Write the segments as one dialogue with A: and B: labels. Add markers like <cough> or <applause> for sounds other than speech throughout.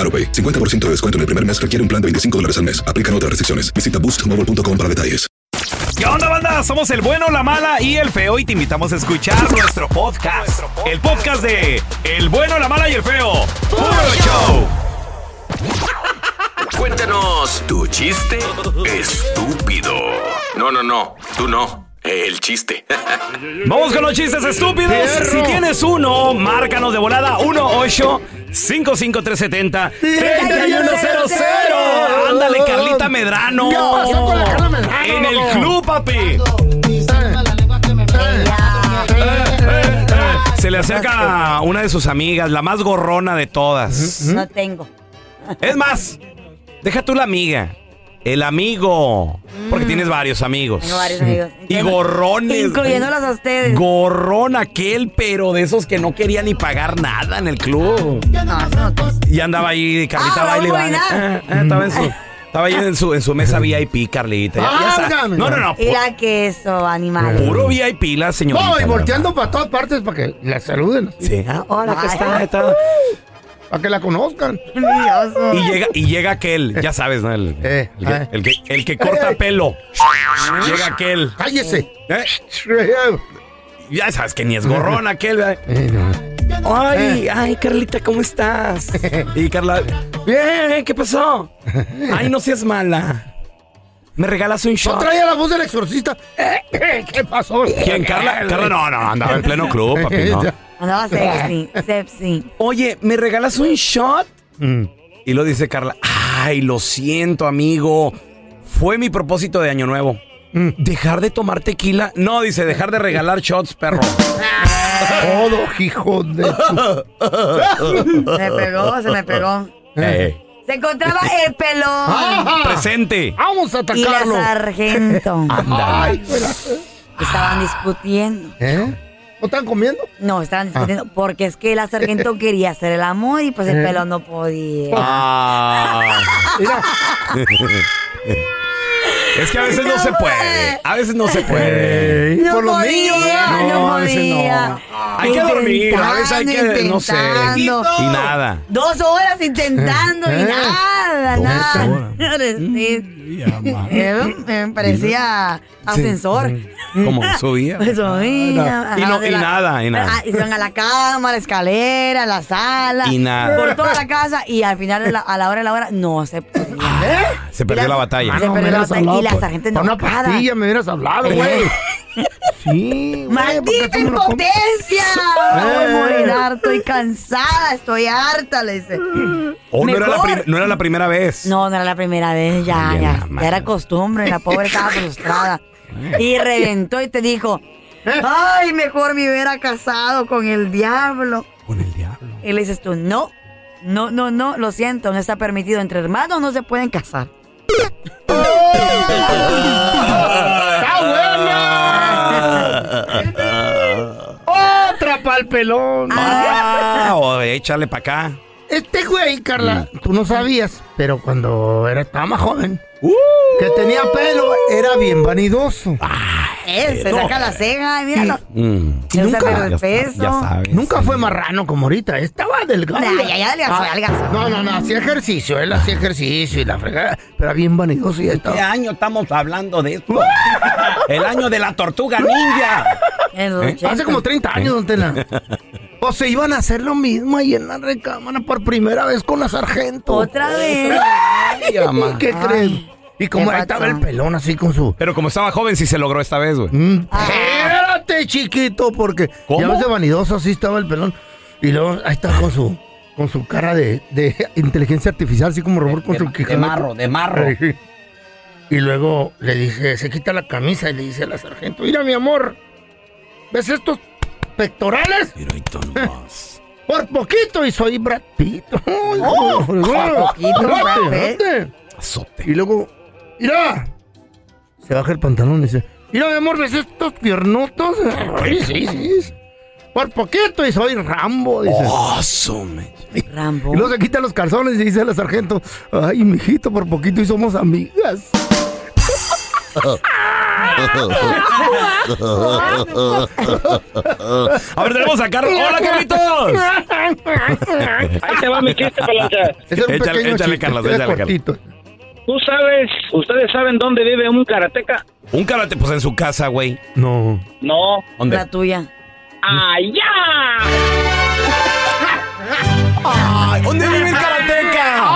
A: AroPay. 50% de descuento en el primer mes requiere un plan de 25 dólares al mes. Aplican otras restricciones. Visita boostmobile.com para detalles.
B: ¿Qué onda, banda? Somos el bueno, la mala y el feo y te invitamos a escuchar nuestro podcast. El podcast de El bueno, la mala y el feo. ¡Puro show!
C: <laughs> Cuéntanos tu chiste estúpido. No, no, no, tú no. El chiste. <laughs>
B: Vamos con los chistes estúpidos. Si tienes uno, márcanos de volada 18 55370 3100. Ándale, Carlita Medrano.
D: ¿Qué pasó con la Carla Medrano,
B: En el
D: loco?
B: club, papi. Eh, Se le acerca una de sus amigas, la más gorrona de todas.
E: No tengo.
B: Es más, deja tú la amiga. El amigo. Porque tienes varios amigos.
E: Tengo varios amigos.
B: Y gorrones. eh,
E: Incluyéndolos a ustedes.
B: Gorrón aquel, pero de esos que no quería ni pagar nada en el club.
E: No, no, no.
B: Y andaba ahí, Carlita
E: Ah,
B: baile y
E: Raúl
B: baile.
E: Molinaro.
B: Eh, eh, estaba en su. Estaba ahí en su, en su mesa VIP, Carlita. Ya-
D: Ah,
B: ya sabes.
D: Válgame.
B: no, no, no. pu-
E: Mira que eso, animal.
B: puro VIP la señorita.
D: No, y
B: la
D: volteando para todas partes para que la saluden,
B: verdad. Sí. Ah, hola, ¿qué
E: Ay.
B: está? está?
D: para que la conozcan.
E: Envidioso.
B: Y llega, y llega aquel, ya sabes, ¿no? El,
D: Eh,
B: el que,
D: eh.
B: el que- el que corta
D: Eh.
B: pelo. Llega aquel.
D: Cállese.
B: Eh, Ya sabes que ni es gorrón aquel. ¿verdad?
D: Eh, no.
B: Ay, ay, Carlita, ¿cómo estás? Y Carla, bien, ¿eh? ¿qué pasó? Ay, no seas mala. ¿Me regalas un
D: No
B: shot?
D: traía la voz del exorcista. ¿Qué pasó? Eh,
B: ¿Quién, Carla? Carla, no, no, andaba en pleno
D: oh, <laughs>
B: club, papi, no.
E: Andaba sexy, sexy.
B: Oye, ¿me regalas un shot? Y lo dice Carla, ay, lo siento, amigo. Fue mi propósito de año nuevo. ¿Dejar de tomar tequila? No, dice, dejar de regalar shots, perro.
D: Todo, hijo de... tu-
E: Se me pegó, se me pegó.
B: Eh,
E: Se encontraba el pelón
B: ah,
D: ¡Ajá!
B: Presente.
D: Vamos a
E: y la
D: atacarlo.
E: sargento.
B: Ah. Ándale.
D: Ay, güey, la-
E: Estaban discutiendo.
D: ¿Eh? ¿No están comiendo?
E: No, estaban discutiendo porque es que la sargento quería hacer el amor y pues el pelón no podía.
B: Ah.
D: Mira,
B: <laughs> Es que a veces no se puede. A veces no se puede.
D: eh,
E: No
D: por los
E: podía,
D: niños, ¿verdad?
E: No,
B: No, a veces
E: podía.
B: no. Hay que dormir, a veces hay que, no sé.
E: Intentando,
B: Y
E: intentando.
B: nada.
E: Dos horas intentando y
D: <laughs> Eh.
E: nada, nada. <laughs> Sí.
D: Mm.
E: Eh, Me parecía ascensor.
B: Como subía.
E: Pues,
D: Ah,
E: oí, ajá,
B: Y no-
E: de
B: y nada, y nada.
E: Ah, Y se van a la cama, a la escalera, a la sala.
B: Y nada.
E: Por toda la casa. Y al final, a la, a la hora de la hora, no
D: <laughs>
E: se podía.
B: Se perdió
E: Y
B: la batalla.
E: Se
D: ¿Eh? Ah, no, me
E: perdió la
D: hubieras
E: batalla.
D: hablado,
E: Y la
D: pues.
E: sargento
D: Para una
E: enojada.
D: pastilla me hubieras hablado, güey. Sí, güey, ¿por qué
E: ¡Maldita
D: tú me lo Eh. comes?
E: impotencia!
D: <laughs>
E: Me voy a morir harto, estoy cansada, estoy harta, le dice.
B: Oh, no, era la
E: Mejor.
B: prim- no era la primera vez.
E: No, no era la primera vez, ya,
B: Bien,
E: ya.
B: la
E: Ya
B: madre.
E: era costumbre, la pobre estaba frustrada. Y reventó y te dijo, ay, mejor me hubiera casado con el diablo.
B: Con el diablo.
E: Y le dices tú, no, no, no, no, lo siento, no está permitido. Entre hermanos no se pueden casar.
D: <laughs> ¡Está buena! ¡Otra pa'l pelón!
B: Ah, o échale para acá.
D: Mm. Este güey, Carla, tú no sabías, pero cuando era, estaba más joven, que tenía pelo era bien vanidoso.
E: Él Eh, se saca la ceja, y míralo.
D: Y
E: Él
D: nunca,
E: sabe de peso.
D: nunca fue marrano como ahorita. Estaba delgado.
E: Nah, ya, ya, adelgazó,
D: Ah,
E: adelgazó.
D: No, no, no. Hacía ejercicio. Él hacía ejercicio y la fregada. Pero era bien vanidoso y ya
B: ¿Qué
D: estaba.
B: año estamos hablando de
D: <laughs>
B: esto? El año de la tortuga ninja.
E: En los ochenta.
D: Hace como 30 años, don Tela. O se iban a hacer lo mismo ahí en la recámara por primera vez con la sargento.
E: Otra vez.
D: Ay, ama. ¿Qué
E: Ay,
D: creen? Y como
E: qué
D: ahí estaba el
E: patrón.
D: pelón así con su...
B: Pero como estaba joven, sí se logró esta vez, güey.
D: Mm, Espérate, chiquito, porque
B: ¿Cómo?
D: ya ves de vanidoso así estaba el pelón. Y luego ahí está con su con su cara de, de inteligencia artificial, así como Robert con su
B: De marro, de marro.
D: pues, Ey. <laughs> Y luego le dice, se quita la camisa y le dice a la sargento, mira mi amor, ¿ves estos pectorales? Por poquito y soy Brad Pitt. <laughs> Ay, joder,
E: poquito,
D: espérate,
E: Brad Pitt.
D: espérate. Y luego, mira, se baja el pantalón y dice, mira mi amor, ¿ves estos piernotos? <laughs> Ay, sí, sí, sí. Por poquito y soy Rambo, dice.
E: Oh. Rambo.
D: Y luego se quita los calzones y dice a la sargento, ay, mijito, por poquito y somos amigas.
B: A ver, tenemos a <laughs> Carlos. ¡Hola, Carlitos!
F: Ahí te va mi chiste, Palanca.
D: Ese era un
B: Échale-
D: pequeño
B: échale,
D: chiste,
B: Carlos,
D: era
B: échale, Carlos.
D: cortito.
F: Tú sabes, ustedes saben dónde vive un karateca.
B: Un karate, pues en su casa, güey.
D: No.
F: No.
B: ¿Dónde?
E: La tuya.
F: ¡Allá!
B: Ay, ¿Dónde vive el karateca?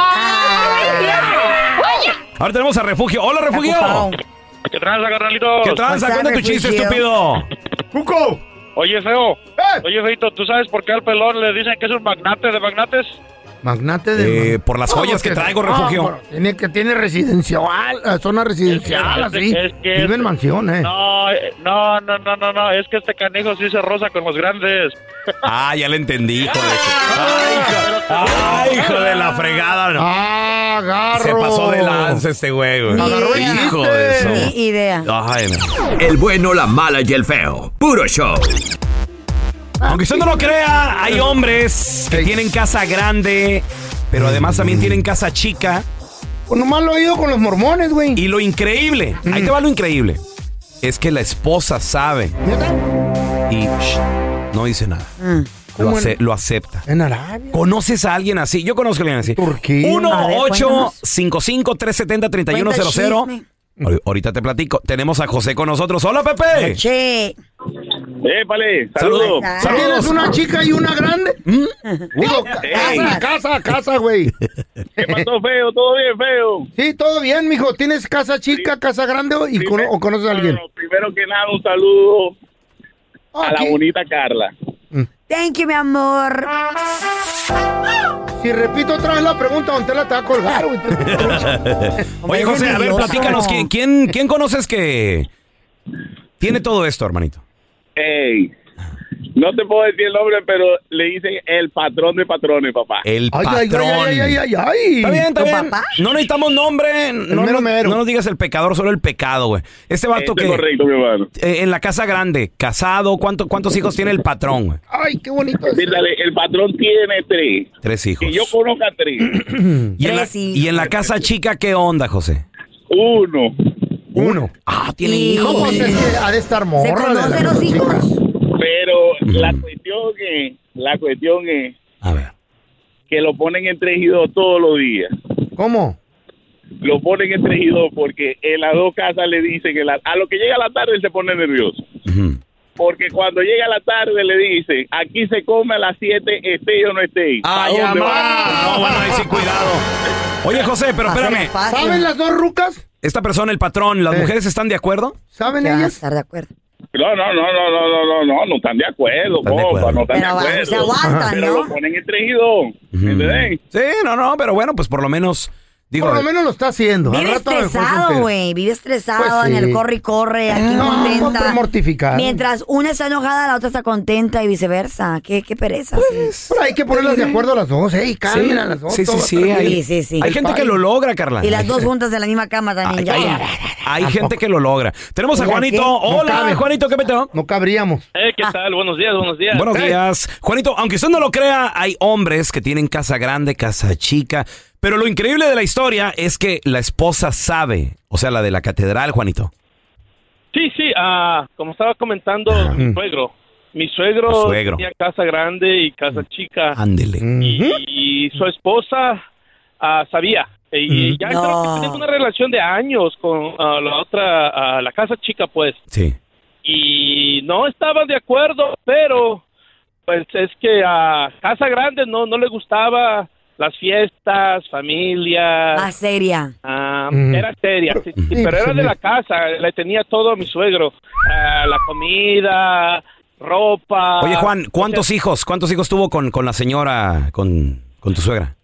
B: Ahora tenemos a Refugio. ¡Hola, Refugio!
F: ¿Qué tranza, carnalito?
B: ¿Qué tranza?
E: Pues,
B: Cuenta tu
E: Refugio.
B: chiste, estúpido.
D: ¡Cuco!
F: Oye, feo.
D: ¡Eh!
F: Oye, feito, ¿tú sabes por qué al pelón le dicen que es un magnate de magnates?
D: Magnate de...
B: Eh, por las joyas que traigo, Refugio.
D: Ah, tiene que tiene residencial, eh, zona residencial,
F: Es que-
D: así.
F: es que-
D: Vive en mansiones.
F: No, eh, no, no, no, no, no. Es que este canijo sí se rosa con los grandes.
B: Ah, ya le entendí, hijo de su- Ay, hijo- Ay, hijo de la fregada. no.
D: ¡Ah, garro!
B: Se pasó de lanza este güey, güey.
D: Agarró el
B: Hijo
D: chiste.
B: de
E: Ni
B: eso.
E: idea.
B: Ay, no.
C: El bueno, la mala y el feo. Puro show.
B: Aunque usted no lo crea, hay hombres que tienen casa grande, pero además también tienen casa chica.
D: Pues nomás lo he ido con los mormones, güey.
B: Y lo increíble, ahí te va lo increíble, es que la esposa sabe
D: ¿Neta?
B: y shh, no dice nada.
E: Mm.
B: Lo,
D: ¿Cómo
B: ace-
D: en-
B: lo acepta.
D: En Arabia.
B: ¿Conoces a alguien así? Yo conozco a alguien así.
D: Turquía.
E: A ver, cuéntanos.
B: 1-855-370-3100.
E: Cuenta
B: Ahori- Ahorita te platico. Tenemos a José con nosotros. ¡Hola, Pepe!
E: Che.
F: Eh, vale,
B: ¡Saludos!
E: Hola.
D: ¿Tienes
B: ¡Saludos!
D: una chica y una grande? ¿Mm? Digo, ca-
F: Ey.
D: casa, casa, casa, güey.
F: ¿Qué pasó, feo? ¿Todo bien, feo?
D: Sí, todo bien, mijo. ¿Tienes casa chica, casa grande o, y cono- o conoces a alguien?
F: Bueno, primero que nada, un saludo a la
D: Aquí,
F: bonita Carla.
E: Thank you, mi amor.
D: Si repito otra vez la pregunta, don Tela te va a colgar, güey.
B: <laughs> Oye,
E: Hombre,
B: José, a ver,
E: envidioso.
B: platícanos. ¿quién, quién, quién conoces que tiene todo esto, hermanito?
F: Ey, no te puedo decir el nombre, pero le dicen el patrón de patrones, papá.
B: El
D: Ay, ay,
B: patrón.
D: ay, ay, ay, ay, ay.
B: Está bien, está
E: ¿Tu
B: bien.
E: papá?
B: No necesitamos nombre. No,
D: mero
B: no-
D: mero.
B: no nos digas el pecador, solo el pecado, güey. Este vato
F: Esto
B: que.
F: es correcto, mi hermano.
B: eh, en la casa grande, casado, ¿cuánto- ¿cuántos hijos tiene el patrón? güey?
D: Ay, qué bonito. es.
F: Dígale, el patrón tiene tres.
B: Tres hijos.
F: Que yo conozca tres.
B: y, en la,
E: Tres hijos.
B: y en la casa chica, ¿qué onda, José?
F: Uno.
D: Uno.
B: Ah, tiene
E: Y-
B: hijos.
D: No, pues es que ha de estar
E: ¿Se
D: morra. de
E: conocen
D: la
E: los
D: chica.
E: hijos?
F: Pero la cuestión es, la cuestión es
B: A ver.
F: que lo ponen en tres y dos todos los días.
D: ¿Cómo?
F: Lo ponen en tres y dos porque en las dos casas le dicen que la- a lo que llega la tarde él se pone nervioso.
B: Ujú.
F: Porque cuando llega la tarde le dicen, aquí se come a las siete, esté o no esté. ¿A
B: Ay,
F: dónde
B: amá.
F: va?
B: No, bueno, ahí sí, cuidado. Oye, José, pero
E: Hacer
B: espérame.
E: espacio.
D: ¿Saben las dos rucas?
B: Esta persona, el patrón, ¿las
D: Eh.
B: mujeres están de acuerdo?
D: ¿Saben
E: Ya vas a
D: ellas?
E: estar de acuerdo.
F: No, no, no, no, no, no, no, no, no están de acuerdo,
B: Están de acuerdo.
F: compa, no están
E: Pero
F: de
E: se
F: acuerdo.
E: aguantan,
F: Pero
E: ¿no?
F: lo ponen en tres y dos, ¿entendés?
B: Sí, no, no, pero bueno, pues por lo menos. Digo,
D: Por lo menos lo está haciendo. Al
E: Vive
D: rato a lo mejor se
E: estresado,
D: entera.
E: güey. Vive estresado
D: Pues sí.
E: en el corre y corre, aquí
D: No, hombre,
E: contenta.
D: mortificado.
E: Mientras una está enojada, la otra está contenta y viceversa. Qué, qué pereza. sí.
D: Pero hay que ponerlas de acuerdo a las dos, ¿eh? Y calmen a las dos.
B: sí, sí,
D: todo
B: sí,
D: tranquilo.
B: Hay,
E: Sí, sí, sí.
B: hay
E: El
B: gente
D: padre.
B: que lo logra, Carla.
E: Y las dos juntas en la misma cama
B: Hay,
E: también. ya.
B: hay- hay gente que lo logra. Tenemos a
E: Mira,
B: Juanito.
E: ¿qué?
D: No
B: Hola,
D: cabe.
B: Juanito, ¿qué peteo?
D: No cabríamos.
F: Eh,
E: Ah.
F: ¿qué tal? Buenos días, buenos días.
B: Buenos días. Juanito, aunque usted no lo crea, hay hombres que tienen casa grande, casa chica, Pero lo increíble de la historia es que la esposa sabe, o sea, la de la catedral, Juanito.
F: Sí, sí, ah, como estaba comentando, mi suegro. Mi suegro,
B: Ah. Tu suegro. Mm. Ah.
F: tenía casa grande y casa chica.
B: Ándele.
D: Mm.
F: Y, su esposa ah, sabía. Y
B: Ujú.
F: ya estaba
E: No.
F: teniendo una relación de años con ah, la otra, ah, la casa chica, pues.
B: Sí.
F: Y no estaba de acuerdo, pero pues es que a Casa Grande no, no le gustaba las fiestas, familia.
E: La seria.
F: Ah,
D: Mm.
F: Era seria, sí, sí,
D: Sí,
F: pero
D: pues,
F: era de
D: sí.
F: la casa, le tenía todo a mi suegro, Ah, la comida, ropa.
B: Oye, Juan, ¿cuántos
F: O sea,
B: hijos? ¿Cuántos hijos tuvo con, con la señora, con, con tu suegra?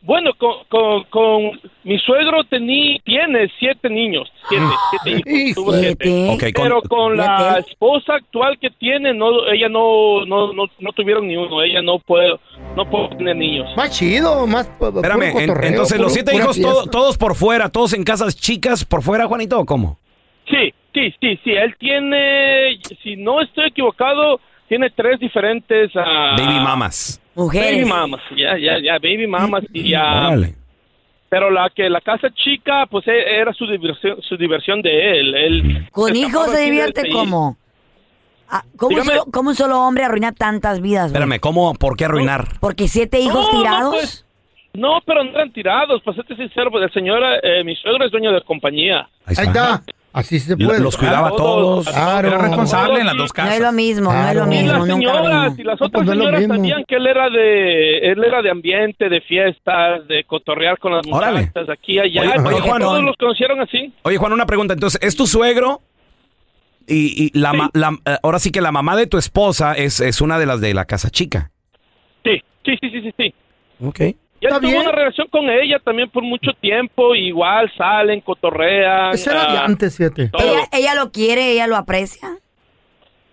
F: bueno, con, con, con mi suegro tenía, tiene siete niños, siete,
B: Ah.
F: siete hijos, tuvo siete.
E: Siete.
B: Ok, con-
F: Pero con la
E: Siete.
F: esposa actual que tiene, no, ella no, no, no, no tuvieron ni uno, ella no puede, no puede tener niños.
D: Más chido, más. pu- puro
B: Espérame, en-
D: cotorreo,
B: entonces
D: puro-
B: los siete
D: pura
B: hijos todo-
D: fiesta.
B: todos por fuera, todos en casas chicas por fuera, Juanito, ¿o cómo?
F: Sí, sí, sí, sí, él tiene, si no estoy equivocado, tiene tres diferentes... ah,
B: Baby mamas.
E: Mujeres.
F: Baby mamas, ya, ya, ya, baby mamas y ya.
B: Órale.
F: Pero la que la casa chica, pues e- era su diversión, su diversión de él. él
E: Con hijos
F: escapaba
E: se
F: así del
E: divierte
F: país.
E: como. Ah, ¿cómo, un
F: Dígame.
E: solo, cómo un solo hombre arruina tantas vidas, güey?
B: Espérame, ¿cómo? ¿Por qué arruinar?
E: Porque siete hijos
F: No, no,
E: tirados.
F: pues, No, pero no eran tirados, para serte sincero, pues el señor, eh, mi suegro es dueño de compañía.
D: Ahí está. Así se
B: Lo-
D: puede.
B: Los cuidaba a todos.
D: Claro.
G: Era responsable en las dos
E: no
G: casas.
E: es lo mismo, no es
D: Claro.
E: lo
F: Y
E: mismo.
F: las
E: Nunca lo
F: señoras y
E: mismo.
F: las
D: No,
F: otras
D: pues, no es lo
F: señoras
D: mismo.
F: sabían que él era de él era de ambiente, de fiestas, de cotorrear con las
B: Órale.
F: muchachas aquí y allá.
B: Oye,
F: pero
B: oye, Juan,
F: todos
B: Juan.
F: los conocieron así.
B: Oye, Juan, una pregunta. Entonces, ¿es tu suegro? Y, y la, ma- la- eh, ahora sí que la mamá de tu esposa es, es una de las de la casa chica.
F: Sí, sí, sí, sí, sí. sí.
B: Ok.
F: Ya
D: Ah, Está
F: tuvo
D: bien.
F: una relación con ella también por mucho tiempo, igual salen, cotorrean.
D: Ese Pues era de
F: ah,
D: antes, fíjate.
F: todo.
E: Ella, ella lo quiere, ella lo aprecia.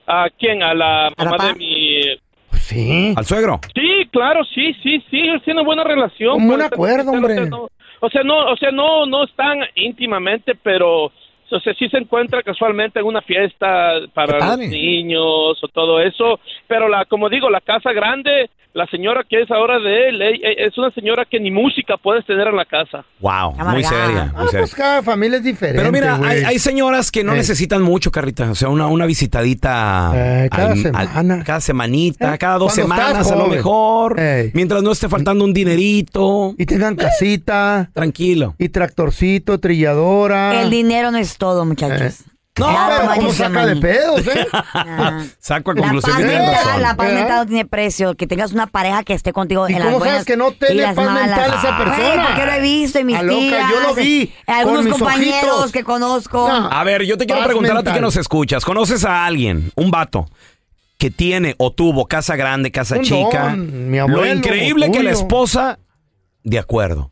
F: ¿A quién? ¿A la
E: la
F: mamá
E: pa?
F: de mi...?
D: Pues Sí.
B: ¿Al suegro?
F: Sí, claro, sí, sí, sí, ellos tienen buena relación.
D: Como un
F: para ser
D: acuerdo,
F: sincero,
D: hombre.
F: O sea, no, o sea, no, o sea, no, no están íntimamente, pero... O sea, sí se encuentra casualmente en una fiesta
D: Qué
F: para
D: padre.
F: los niños o todo eso, pero la, como digo, la casa grande, la señora que es ahora de él, eh, eh, es una señora que ni música puedes tener en la casa.
B: Wow, muy
E: Amargada.
B: seria,
D: Ah,
B: muy seria.
D: pues cada familia es diferente.
B: Pero mira,
D: güey.
B: hay, hay señoras que no
D: Eh.
B: necesitan mucho, Carrita. O sea, una, una visitadita.
D: Eh, cada semana.
B: cada semanita,
D: Eh,
B: cada dos
D: cuando estás
B: semanas a lo
D: joven.
B: mejor.
D: Ey.
B: Mientras no esté faltando un dinerito.
D: Y tengan casita,
B: Tranquilo.
D: y tractorcito, trilladora.
E: El dinero no es todo, muchachos.
D: Ah. Eh. No,
E: Nada
D: pero
E: más
D: ¿cómo
E: es
D: saca
E: money.
D: de pedos, eh?
E: Ah.
B: <laughs> Saco a
E: La paz
B: conclusión que tiene
E: mental,
B: razón.
E: la paz
D: ¿Verdad?
E: mental no tiene precio. Que tengas una pareja que esté contigo
D: ¿Eh? ¿Y
E: en las
D: cómo sabes
E: buenas
D: que no
E: y
D: tiene
E: las
D: paz
E: malas.
D: mental esa persona?
E: Güey, porque lo he visto en mis
D: Ah, loca,
E: tías,
D: yo lo vi
E: en Algunos
D: con mis
E: compañeros
D: ojitos.
E: que conozco.
D: No.
B: A ver, yo te quiero
D: Paz
B: preguntar a ti
D: mental.
B: que nos escuchas. ¿Conoces a alguien, un vato, que tiene o tuvo casa grande, casa
D: Un
B: chica?
D: don, mi abuelo,
B: lo increíble que la
D: tuyo.
B: esposa, de acuerdo.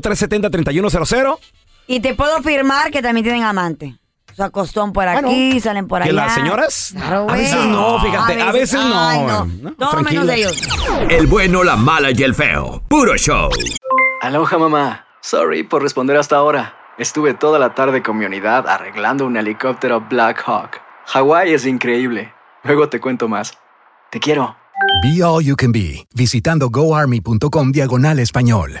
B: 1-855-370-3100.
E: Y te puedo firmar que también tienen amante. O sea, costón por
D: Ah, no.
E: aquí, salen por allá.
B: ¿Que las señoras?
E: Claro,
B: a
E: güey.
B: veces no, fíjate. A veces, no.
E: ay,
B: bueno,
E: Todo
B: tranquila.
E: menos de ellos.
C: El bueno, la mala y el feo. Puro show.
H: Aloha mamá. Sorry por responder hasta ahora. Estuve toda la tarde con mi unidad arreglando un helicóptero Black Hawk. Hawái es increíble. Luego te cuento más. Te quiero.
I: Be All You Can Be, visitando goarmy.com diagonal español.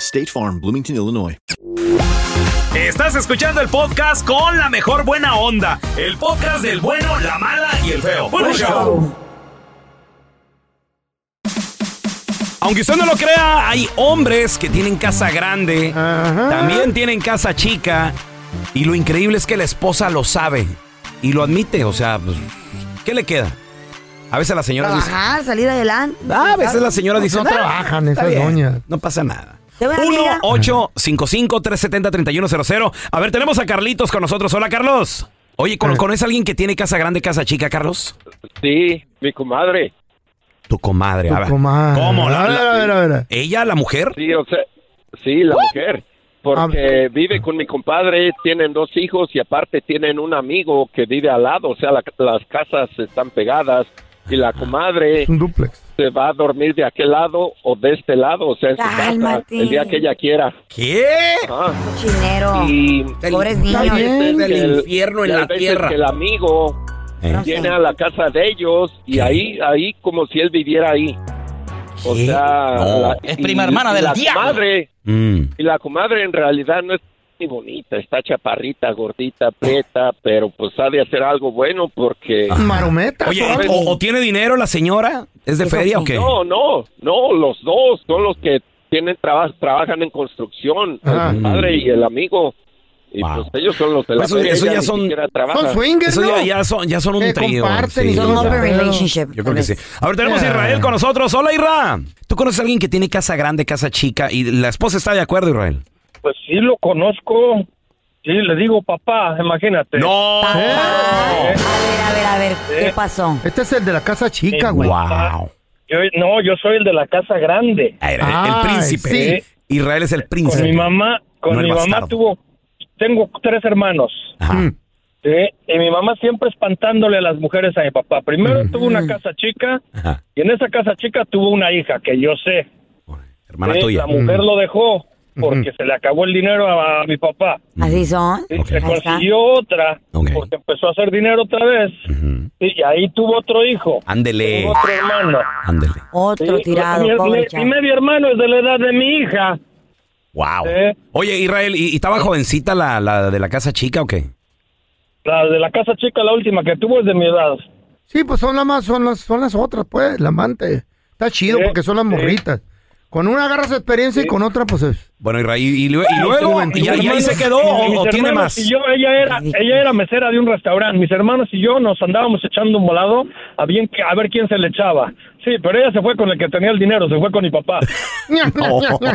I: State Farm, Bloomington, Illinois.
B: Estás escuchando el podcast con la mejor buena onda. El podcast del bueno, la mala y el feo. Buen show. Aunque usted no lo crea, hay hombres que tienen casa grande, también tienen casa chica, y lo increíble es que la esposa lo sabe y lo admite. O sea, pues, ¿qué le queda? A veces la señora dice,
E: Trabajar, salir adelante.
B: Ah, a veces la señora dice, "Ah, está bien, No pasa nada.
E: Te voy a
B: 1 855 370 3100 A ver, tenemos a Carlitos con nosotros. Hola, Carlos. Oye, ¿cono- ¿conoces a alguien que tiene casa grande, casa chica, Carlos?
G: Sí, mi comadre.
B: Tu comadre, a ver. ¿Cómo? La- la- ¿Ella, la mujer?
G: Sí, o sea, sí, la
D: Ah,
G: mujer. Porque vive con mi compadre, tienen dos hijos y aparte tienen un amigo que vive al lado, o sea, la- las casas están pegadas y la comadre
D: Es un duplex.
G: se va a dormir de aquel lado o de este lado, o sea, en su casa,
E: Cálmate.
G: el día que ella quiera. Ah,
B: ¿Qué?
E: Chinero.
G: Y
E: Pobres niños.
G: Del infierno en la tierra. el amigo
D: Eh.
G: viene a la casa de ellos y ahí, ahí como si él viviera ahí. O sea,
B: No.
J: Es prima hermana del
G: la
J: diablo.
G: comadre-
B: Mm.
G: y la comadre en realidad no es ni bonita, está chaparrita, gordita, preta, pero pues ha de hacer algo bueno porque...
B: Ah,
D: Marometa.
B: Oye, o, o tiene dinero la señora? ¿Es de feria o qué?
G: No, no, no, los dos son los que tienen trabajo, trabajan en construcción,
B: Ah.
G: el padre y el amigo. Y pues ellos son los de la
B: Eso-
G: feria,
B: eso ya
G: ni
B: son-
G: siquiera trabajan.
B: Eso ya, ya son, ya son un trío. sí.
E: Son open relationship.
B: Yo creo que
E: pues.
B: sí. Ahora tenemos a Israel con nosotros. Hola, Israel. ¿Tú conoces a alguien que tiene casa grande, casa chica y la esposa está de acuerdo, Israel?
K: Pues sí lo conozco. Sí, le digo papá, imagínate.
B: No.
E: A ver, a ver, ¿qué pasó?
D: Este es el de la casa chica,
K: Eh,
D: güey.
B: Wow.
K: Yo, no, yo soy el de la casa grande.
B: El, el príncipe. Israel es el príncipe.
K: Con mi mamá, con
B: No el
K: mi mamá
B: bastardo.
K: tuvo, tengo tres hermanos. Mm. Sí, Y mi mamá siempre espantándole a las mujeres a mi papá. Primero tuvo una casa chica
B: Ajá.
K: y en esa casa chica tuvo una hija que yo sé.
B: Hermana
K: Sí,
B: tuya.
K: La mujer lo dejó porque se le acabó el dinero a, a mi papá.
E: Así son.
K: Sí, Se consiguió otra porque empezó a hacer dinero otra vez. Sí, Y ahí tuvo otro hijo.
B: Ándele.
K: Tuvo otro hermano.
B: Ándele.
E: Otro
K: Sí,
E: tirado,
K: mi-
E: pobre
K: mi-
E: chavo.
K: mi medio hermano es de la edad de mi hija.
B: Wow.
K: Sí.
B: Oye, Israel, ¿y, y estaba jovencita la, la de la casa chica o qué?
K: La de la casa chica, la última que tuvo es de mi edad.
D: Sí, pues son las más, son las, son las otras, pues, la amante. Está chido
K: Sí,
D: porque son las morritas. Con una agarras experiencia y con otra, pues es.
B: Bueno, Israel, y, y lue- y luego,
D: Juventud.
B: ¿y ya, y ahí se quedó
K: Mis
B: o, o tiene más? <laughs>
K: hermanos y yo, ella era, ella era mesera de un restaurante. Mis hermanos y yo nos andábamos echando un volado a, bien, a ver quién se le echaba. Sí, pero ella se fue con el que tenía el dinero, se fue con mi papá.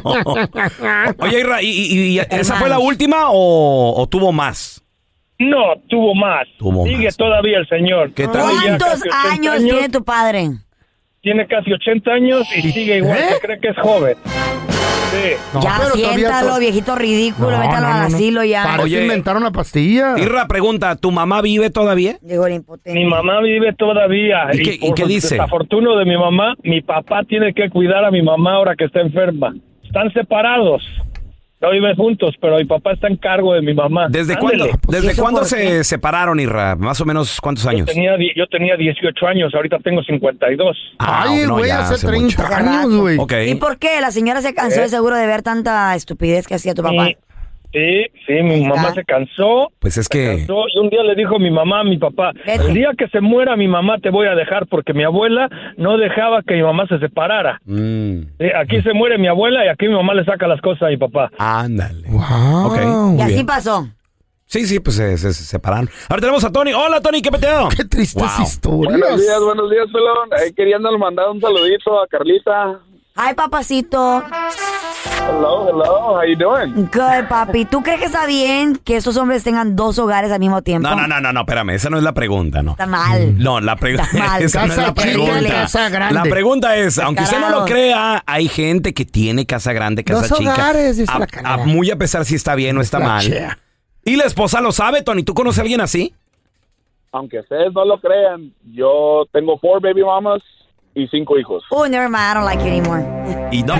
B: Oye, Israel, ¿y, y- y esa fue la última o, o tuvo más?
K: No, tuvo más.
B: Tuvo
K: Sigue todavía el señor.
B: ¿Qué tal?
E: ¿Cuántos
K: Tiene ya casi 80
E: años tiene tu padre?
K: Tiene casi 80 años y sigue igual.
B: ¿Eh?
K: Se cree que es joven. Sí.
E: ya siéntalo, viejito ridículo, métalo al asilo ya.
D: inventaron la
K: Ah.
D: pastilla.
B: Irra, pregunta, ¿tu mamá vive todavía?
E: Llegó la impotencia.
K: Mi mamá vive todavía.
B: ¿Y qué- y
K: por
B: qué dice?
K: Desafortuno de mi mamá, mi papá tiene que cuidar a mi mamá ahora que está enferma. Están separados. No viven juntos, pero mi papá está en cargo de mi mamá.
B: ¿Desde cuándo, ¿desde cuándo se separaron, Irra? Más o menos, ¿cuántos años?
K: Tenía, die- yo tenía 18 años, ahorita tengo 52.
B: Ah, Ay, no, güey, ya hace hace 30 mucho.
D: años, güey.
B: Ok.
E: ¿Y por qué? La señora se cansó de seguro de ver tanta estupidez que hacía tu papá.
K: Sí, sí, sí, mi mamá se cansó.
B: Pues es
K: Se
B: que...
K: cansó y un día le dijo mi mamá a mi papá, el día que se muera mi mamá te voy a dejar porque mi abuela no dejaba que mi mamá se separara.
B: mm,
K: Sí, aquí se muere mi abuela y aquí mi mamá le saca las cosas a mi papá.
B: Ándale. Ok,
E: y
B: muy
E: así
B: bien.
E: pasó.
B: Sí, sí, pues se, se- se separaron. Ahora tenemos a Tony. Hola, Tony, ¿qué peteado? Qué
D: tristes
L: Buenos días, buenos días, pelón. Eh, queriendo mandar un saludito a Carlita.
E: Ay, papacito.
L: Hello, hello, how you doing?
E: Good, papi. ¿Tú crees que está bien que estos hombres tengan dos hogares al mismo tiempo?
B: No, no, no, no, no, espérame, esa no es la pregunta, no.
E: Está mal.
B: No, la pregunta <laughs>
E: mal.
B: esa no es la
E: Casa chica,
B: pregunta.
E: casa grande.
B: La pregunta es, aunque usted no lo
E: Descarados.
B: crea, hay gente que tiene casa grande, casa
E: Dos
B: chica.
E: hogares, dice
B: A-
E: la
B: a muy a pesar si está bien o está
L: La
B: mal.
L: chea.
B: Y la esposa lo sabe, Tony. ¿Tú conoces a alguien así?
L: Aunque ustedes no lo crean, yo tengo four baby mamas y cinco hijos.
E: Oh, never mind. I don't like you anymore.
B: Y, no,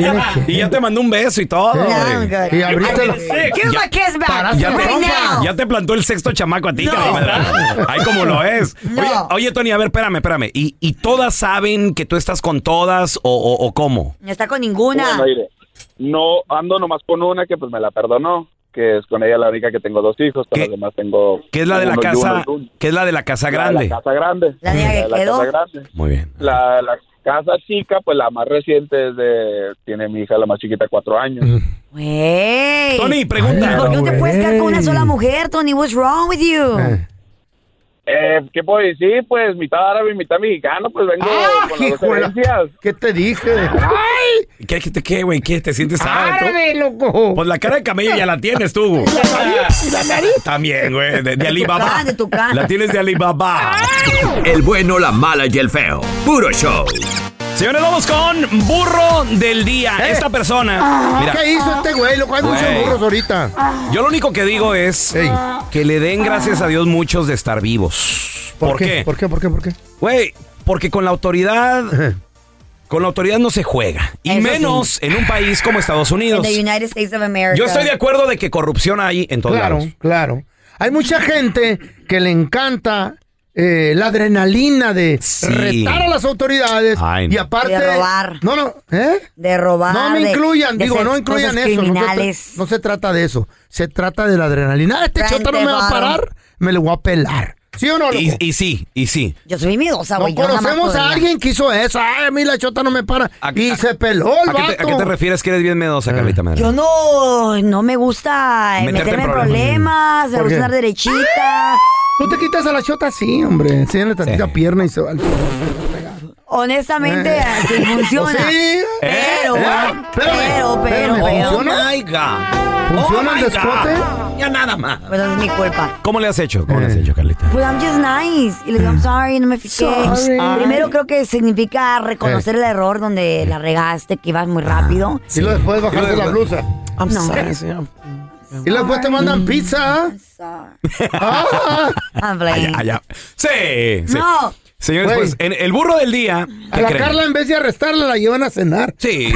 B: y ya te mandó un beso y todo. güey.
E: good. Y abriste la- Give my kiss back,
B: Ya te,
E: right now.
B: ya te plantó el sexto chamaco a ti, cabrón. ¿verdad? Ay, como lo es. Oye, oye, Tony, a ver, espérame, espérame. ¿Y, y todas saben que tú estás con todas o, o- o cómo?
E: No está con ninguna.
L: Bueno, mire, no ando nomás con una que pues me la perdonó, que es con ella la única que tengo dos hijos, con las demás tengo...
B: ¿Qué es la de la
L: uno y uno
B: casa?
L: y uno.
B: ¿Qué es la de la casa
L: La de
B: grande?
L: La casa grande. La de la
E: quedó.
L: casa grande.
B: Muy bien.
L: La, la, casa chica, pues la más reciente es de, tiene mi hija la más chiquita, cuatro años.
E: Güey.
B: Tony, pregunta.
E: ¿Y por qué no te
L: Güey.
E: puedes quedar con una sola mujer, Tony? What's wrong with you?
D: Eh.
L: Eh, ¿Qué puedo decir? Pues mitad árabe y mitad mexicano, pues vengo
D: Ah,
L: con las
B: hijuela.
L: referencias. Ah,
D: ¿Qué te dije?
B: ¿Qué, qué, te- qué, güey? ¿Qué te sientes
E: Ah,
B: árabe, tú?
D: Árabe, loco.
B: Pues la cara de camello ya la tienes tú. güey. También, güey. De, de Alibaba.
E: Ah, De tu cara.
B: La tienes de Alibaba.
J: El bueno, la mala y el feo. Puro show.
B: Señores, vamos con burro del día.
D: ¿Eh?
B: Esta persona. Mira,
D: ¿Qué hizo este güey? Loco, hay muchos
B: Güey.
D: burros ahorita.
B: yo lo único que digo es que le den gracias a Dios muchos de estar vivos. ¿Por, qué?
D: ¿Por qué? ¿Por qué? ¿Por qué?
B: Güey, porque con la autoridad. Con la autoridad no se juega. Y
E: Eso sí.
B: menos en un país como Estados
E: En
B: Unidos.
E: the United States of America.
B: Yo estoy de acuerdo de que corrupción hay en todos
D: Claro,
B: lados.
D: claro. Hay mucha gente que le encanta eh, la adrenalina de retar a las autoridades
B: Ay,
D: y
B: no.
D: aparte
E: De robar.
D: No, no, ¿eh?
E: De robar.
D: No me
E: de-
D: incluyan,
E: de
D: digo,
E: hacer
D: no incluyan
E: cosas
D: eso. No se,
E: Criminales.
D: tra- no se trata de eso. Se trata de la adrenalina. Ah, Este
E: Frank
D: chota no me va a
E: Devon.
D: parar, me lo voy a pelar. ¿Sí o no, loco?
B: Y, y sí, y sí.
E: Yo soy miedosa,
D: No
E: Ah, güey. yo nada más
D: conocemos a
E: podría.
D: alguien que hizo eso. Ay, a mí la chota no me para. y se peló el
B: ¿A qué, te, a qué
D: vato.
B: te refieres que eres bien medosa, Carlita Madre?
E: Yo no, no me gusta eh,
B: Meterte en
E: meterme en
B: problemas.
E: problemas, me
D: ¿Por
E: gusta
D: qué?
E: andar derechita.
D: Tú te quitas a la chota así, hombre. Enséñale tantita pierna y se va. al-
E: Honestamente,
D: Eh. <laughs>
E: así funciona.
D: Pues sí.
E: Pero,
D: Eh,
E: pero, pero, pero,
B: Oh my God.
E: ¿Funciona
B: Oh
E: el
B: my
E: descote?
B: God. Ya nada más.
E: Pues no es mi culpa.
B: ¿Cómo le has hecho? ¿Cómo le
D: Eh.
B: has hecho, Carlita?
E: Pues I'm just nice. Y le digo, I'm sorry, no me fijé.
B: Sorry.
E: Primero creo que significa reconocer el error donde la regaste, que ibas muy rápido.
D: Y luego después
B: Y
D: bajaste
B: luego-
D: la blusa.
E: I'm No. sorry,
D: Y luego después te mandan pizza.
B: <laughs>
D: Ah.
E: I'm playing.
B: Allá, allá. Sí, sí.
E: No.
B: Señores, pues, en- el burro del día.
D: A
B: ¿qué
D: la
B: creen?
D: Carla en vez de arrestarla la llevan a cenar. ¿Eh?
B: Sí. eh,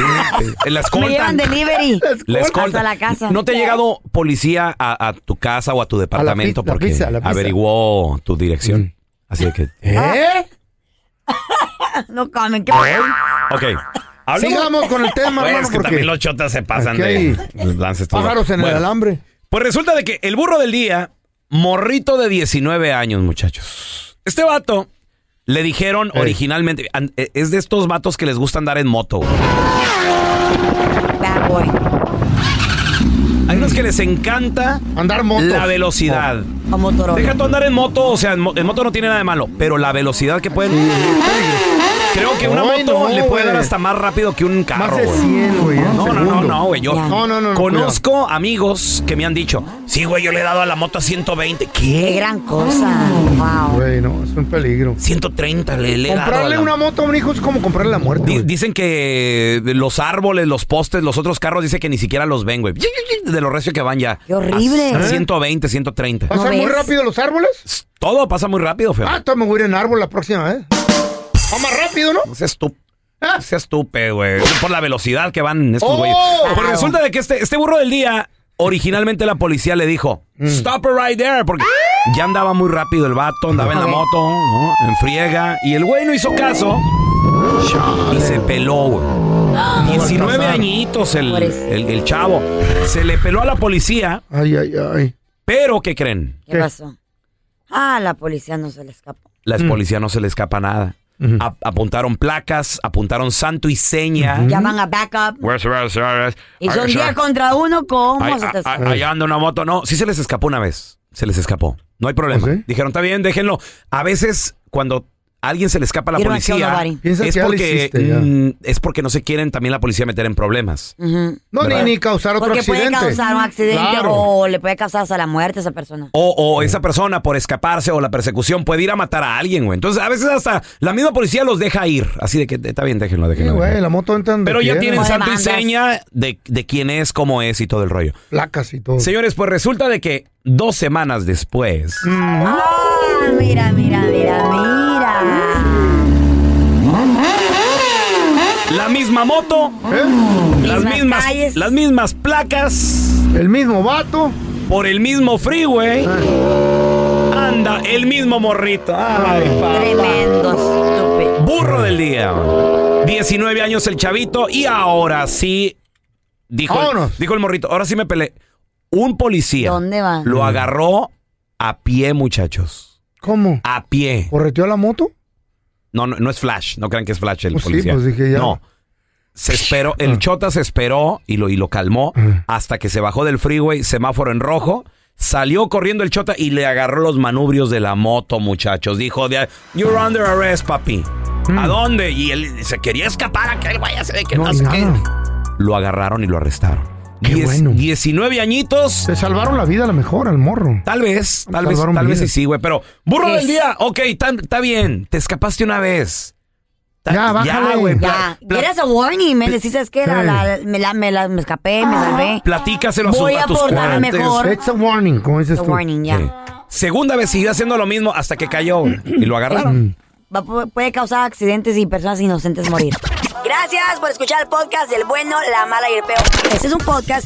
B: La
E: Me
B: escoltan.
D: <laughs>
E: llevan delivery.
B: La escolta.
E: Hasta la casa.
B: ¿No te ha llegado policía a, a tu casa o a tu departamento
D: pi- la
B: porque
D: pizza, la pizza.
B: averiguó tu dirección? Así de que...
D: ¿Eh?
E: No comen. ¿qué?
B: Ok.
D: Sigamos con
B: <laughs>
D: el tema,
B: Güey,
D: hermano,
B: es que
D: porque-
B: también los chotas se pasan
D: Aquí hay
B: de lances todos.
D: Pájaros en
B: Bueno,
D: el alambre.
B: Pues resulta de que el burro del día, morrito de 19 años, muchachos. Este vato le dijeron originalmente, an- eh, es de estos vatos que les gusta andar en moto. güey.
E: Bad boy.
B: Hay unos que les encanta
D: andar motos.
B: la velocidad.
E: A Motorola.
B: Deja tú andar en moto, o sea, en, mo- en moto no tiene nada de malo, pero la velocidad que pueden. Creo que una
D: Ay,
B: moto
D: no,
B: le puede
D: güey.
B: dar hasta más rápido que un carro.
D: Más de
B: güey.
D: 100, güey. ¿eh?
B: No, no, no, no, güey. Yo
D: No, no, no. no,
B: conozco amigos que me han dicho, sí, güey, yo le he dado a la moto a 120.
E: Qué
B: ¿Qué?
E: gran cosa. Wow.
D: cuidado. Güey, no, es un peligro.
B: 130 le, le he dado a
D: Comprarle
B: la-
D: una moto a un hijo es como comprarle la muerte.
B: Di-
D: güey.
B: Dicen que los árboles, los postes, los otros carros, dice que ni siquiera los ven, güey. De lo recio que van ya.
E: Qué horrible.
B: A 120, 130.
D: ¿Pasan muy rápido los árboles?
B: Pues, Todo pasa muy rápido, feo.
D: Ah, entonces me voy a ir en árbol la próxima vez. Va más rápido, ¿no?
B: No seas tú. No seas tú, pe, güey. Por la velocidad que van estos
D: Ah. ¡Oh!
B: güeyes. Pues
D: Claro.
B: resulta de que este, este burro del día, originalmente la policía le dijo,
D: Mm.
B: stop it right there, porque ya andaba muy rápido el vato, andaba en la
E: Ok.
B: moto, ¿no? en friega, y el güey no hizo caso y se peló, güey.
D: Ah.
B: 19 añitos el,
E: Pobrecito.
B: el- el chavo. Se le peló a la policía,
D: Ay, ay, ay.
B: pero ¿qué creen?
E: ¿Qué pasó? Ah, la policía no se le escapó.
B: La
D: Mm.
B: policía no se le escapa nada. Ap- apuntaron placas, apuntaron santo y seña.
E: Llaman a backup.
B: Where's- where's- where's-
E: Y son
B: where's-
E: 10 contra uno. ¿Cómo
B: Ay, ah,
E: se te
B: a- a-
E: escapó?
B: allá anda una moto. No, sí se les escapó una vez. Se les escapó. No hay problema.
D: ¿Ah, sí?
B: Dijeron, está bien, déjenlo. A veces, cuando a alguien se le escapa a la
E: Quiero hacer
B: policía,
E: una varín.
D: Piensa
B: es
D: que ya lo
B: porque,
D: hiciste, ya.
B: mm, es porque no se quieren también la policía meter en problemas.
E: Ujú.
D: No, ni,
B: ¿Verdad?
D: ni causar otro
E: Porque puede
D: accidente.
E: causar un accidente
D: Claro.
E: o le puede causar hasta la muerte a esa persona.
B: O, o esa persona por escaparse o la persecución puede ir a matar a alguien, güey. Entonces, a veces hasta la misma policía los deja ir. Así de que está bien, déjenlo,
D: Sí,
B: déjenlo.
D: güey,
B: déjenlo.
D: la moto entra donde
B: Pero ya
D: quiera.
B: tienen
E: Como
B: santo y
E: demandas.
B: seña de, de quién es, cómo es y todo el rollo.
D: placas y todo.
B: Señores, pues resulta de que dos semanas después,
E: Ah, mira, mira, mira, mira.
B: la misma moto las
E: Mismas
B: mismas,
E: calles.
B: las mismas placas
D: El mismo vato.
B: por el mismo freeway. Anda, el mismo morrito. Ay,
E: Ah. Tremendo, estúpido.
B: burro del día. 19 años el chavito y ahora sí dijo, el,
D: Vámonos.
B: dijo el morrito, ahora sí me peleé. Un policía
E: ¿Dónde va?
B: lo agarró a pie, muchachos.
D: ¿Cómo?
B: A pie.
D: ¿Correteó la moto?
B: No, no, no es Flash, no crean que es Flash el
D: Pues sí,
B: policía.
D: pues dije ya. Ah.
B: No. Se esperó, el Chota se esperó y lo, y lo calmó hasta que se bajó del freeway, semáforo en rojo. Salió corriendo el Chota y le agarró los manubrios de la moto, muchachos. Dijo, de- You're under arrest, papi.
D: Hmm.
B: ¿A dónde? Y él se quería escapar a que el güey se de que no, sé qué. Lo agarraron y lo arrestaron. Diez- 19 añitos. Se
D: salvaron la vida a lo mejor al morro.
B: Tal vez, tal
D: Salvaron
B: vez, tal vez
D: vidas.
B: sí, sí, güey. Pero, burro
D: Es-
B: del día, ok, está- está bien. Te escapaste una vez. Ta- ya, güey. pla-
E: Ya, eras a warning, me decís es que la,
B: Sí.
E: la- me, la, me, la- me escapé, me salvé.
B: Platícaselo a, su-
E: Voy a
B: a tus
E: portarme
B: cuates.
E: mejor. It's
D: a warning, como dices
E: A tú. warning, ya.
B: Segunda vez siguió haciendo lo mismo hasta que cayó güey, y lo agarraron.
E: Va- pu- puede causar accidentes y personas inocentes morir. Gracias por escuchar el podcast del bueno, la mala y el peor. Este es un podcast